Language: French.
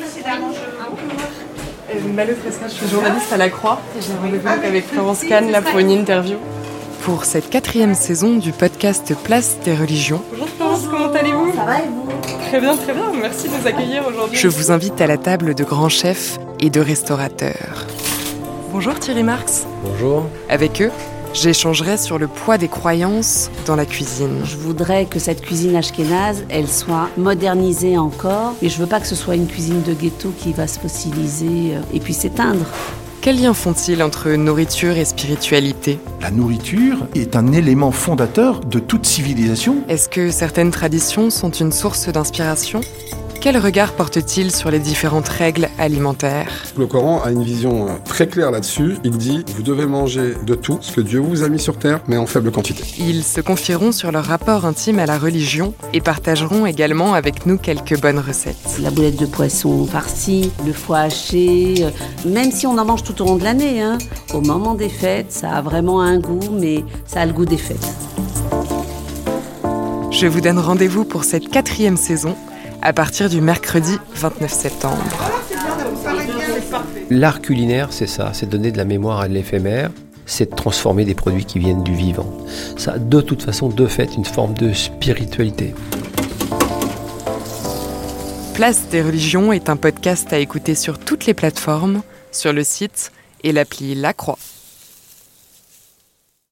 précédemment, je Euh, Malo Fresca, je suis journaliste à La Croix. Ah J'ai rendez-vous avec Florence Kahn là pour une interview. Pour cette quatrième saison du podcast Place des religions, Bonjour Florence, comment allez-vous Ça va et vous Très bien, très bien, merci de nous accueillir aujourd'hui. Je vous invite à la table de grands chefs et de restaurateurs. Bonjour Thierry Marx. Bonjour. Avec eux, j'échangerai sur le poids des croyances dans la cuisine. Je voudrais que cette cuisine ashkénaze, elle soit modernisée encore, mais je veux pas que ce soit une cuisine de ghetto qui va se fossiliser euh, et puis s'éteindre. Quels liens font-ils entre nourriture et spiritualité La nourriture est un élément fondateur de toute civilisation. Est-ce que certaines traditions sont une source d'inspiration Quel regard porte-t-il sur les différentes règles alimentaires Le Coran a une vision euh, très claire là-dessus. Il dit vous devez manger de tout ce que Dieu vous a mis sur terre, mais en faible quantité. Ils se confieront sur leur rapport intime à la religion et partageront également avec nous quelques bonnes recettes. La boulette de poisson farcie, le foie haché, euh, même si on en mange tout au long de l'année, hein, au moment des fêtes, ça a vraiment un goût, mais ça a le goût des fêtes. Je vous donne rendez-vous pour cette quatrième saison à partir du mercredi 29 septembre. L'art culinaire, c'est ça, c'est donner de la mémoire à de l'éphémère, c'est de transformer des produits qui viennent du vivant. Ça a de toute façon, de fait, une forme de spiritualité. Place des religions est un podcast à écouter sur toutes les plateformes, sur le site et l'appli La Croix.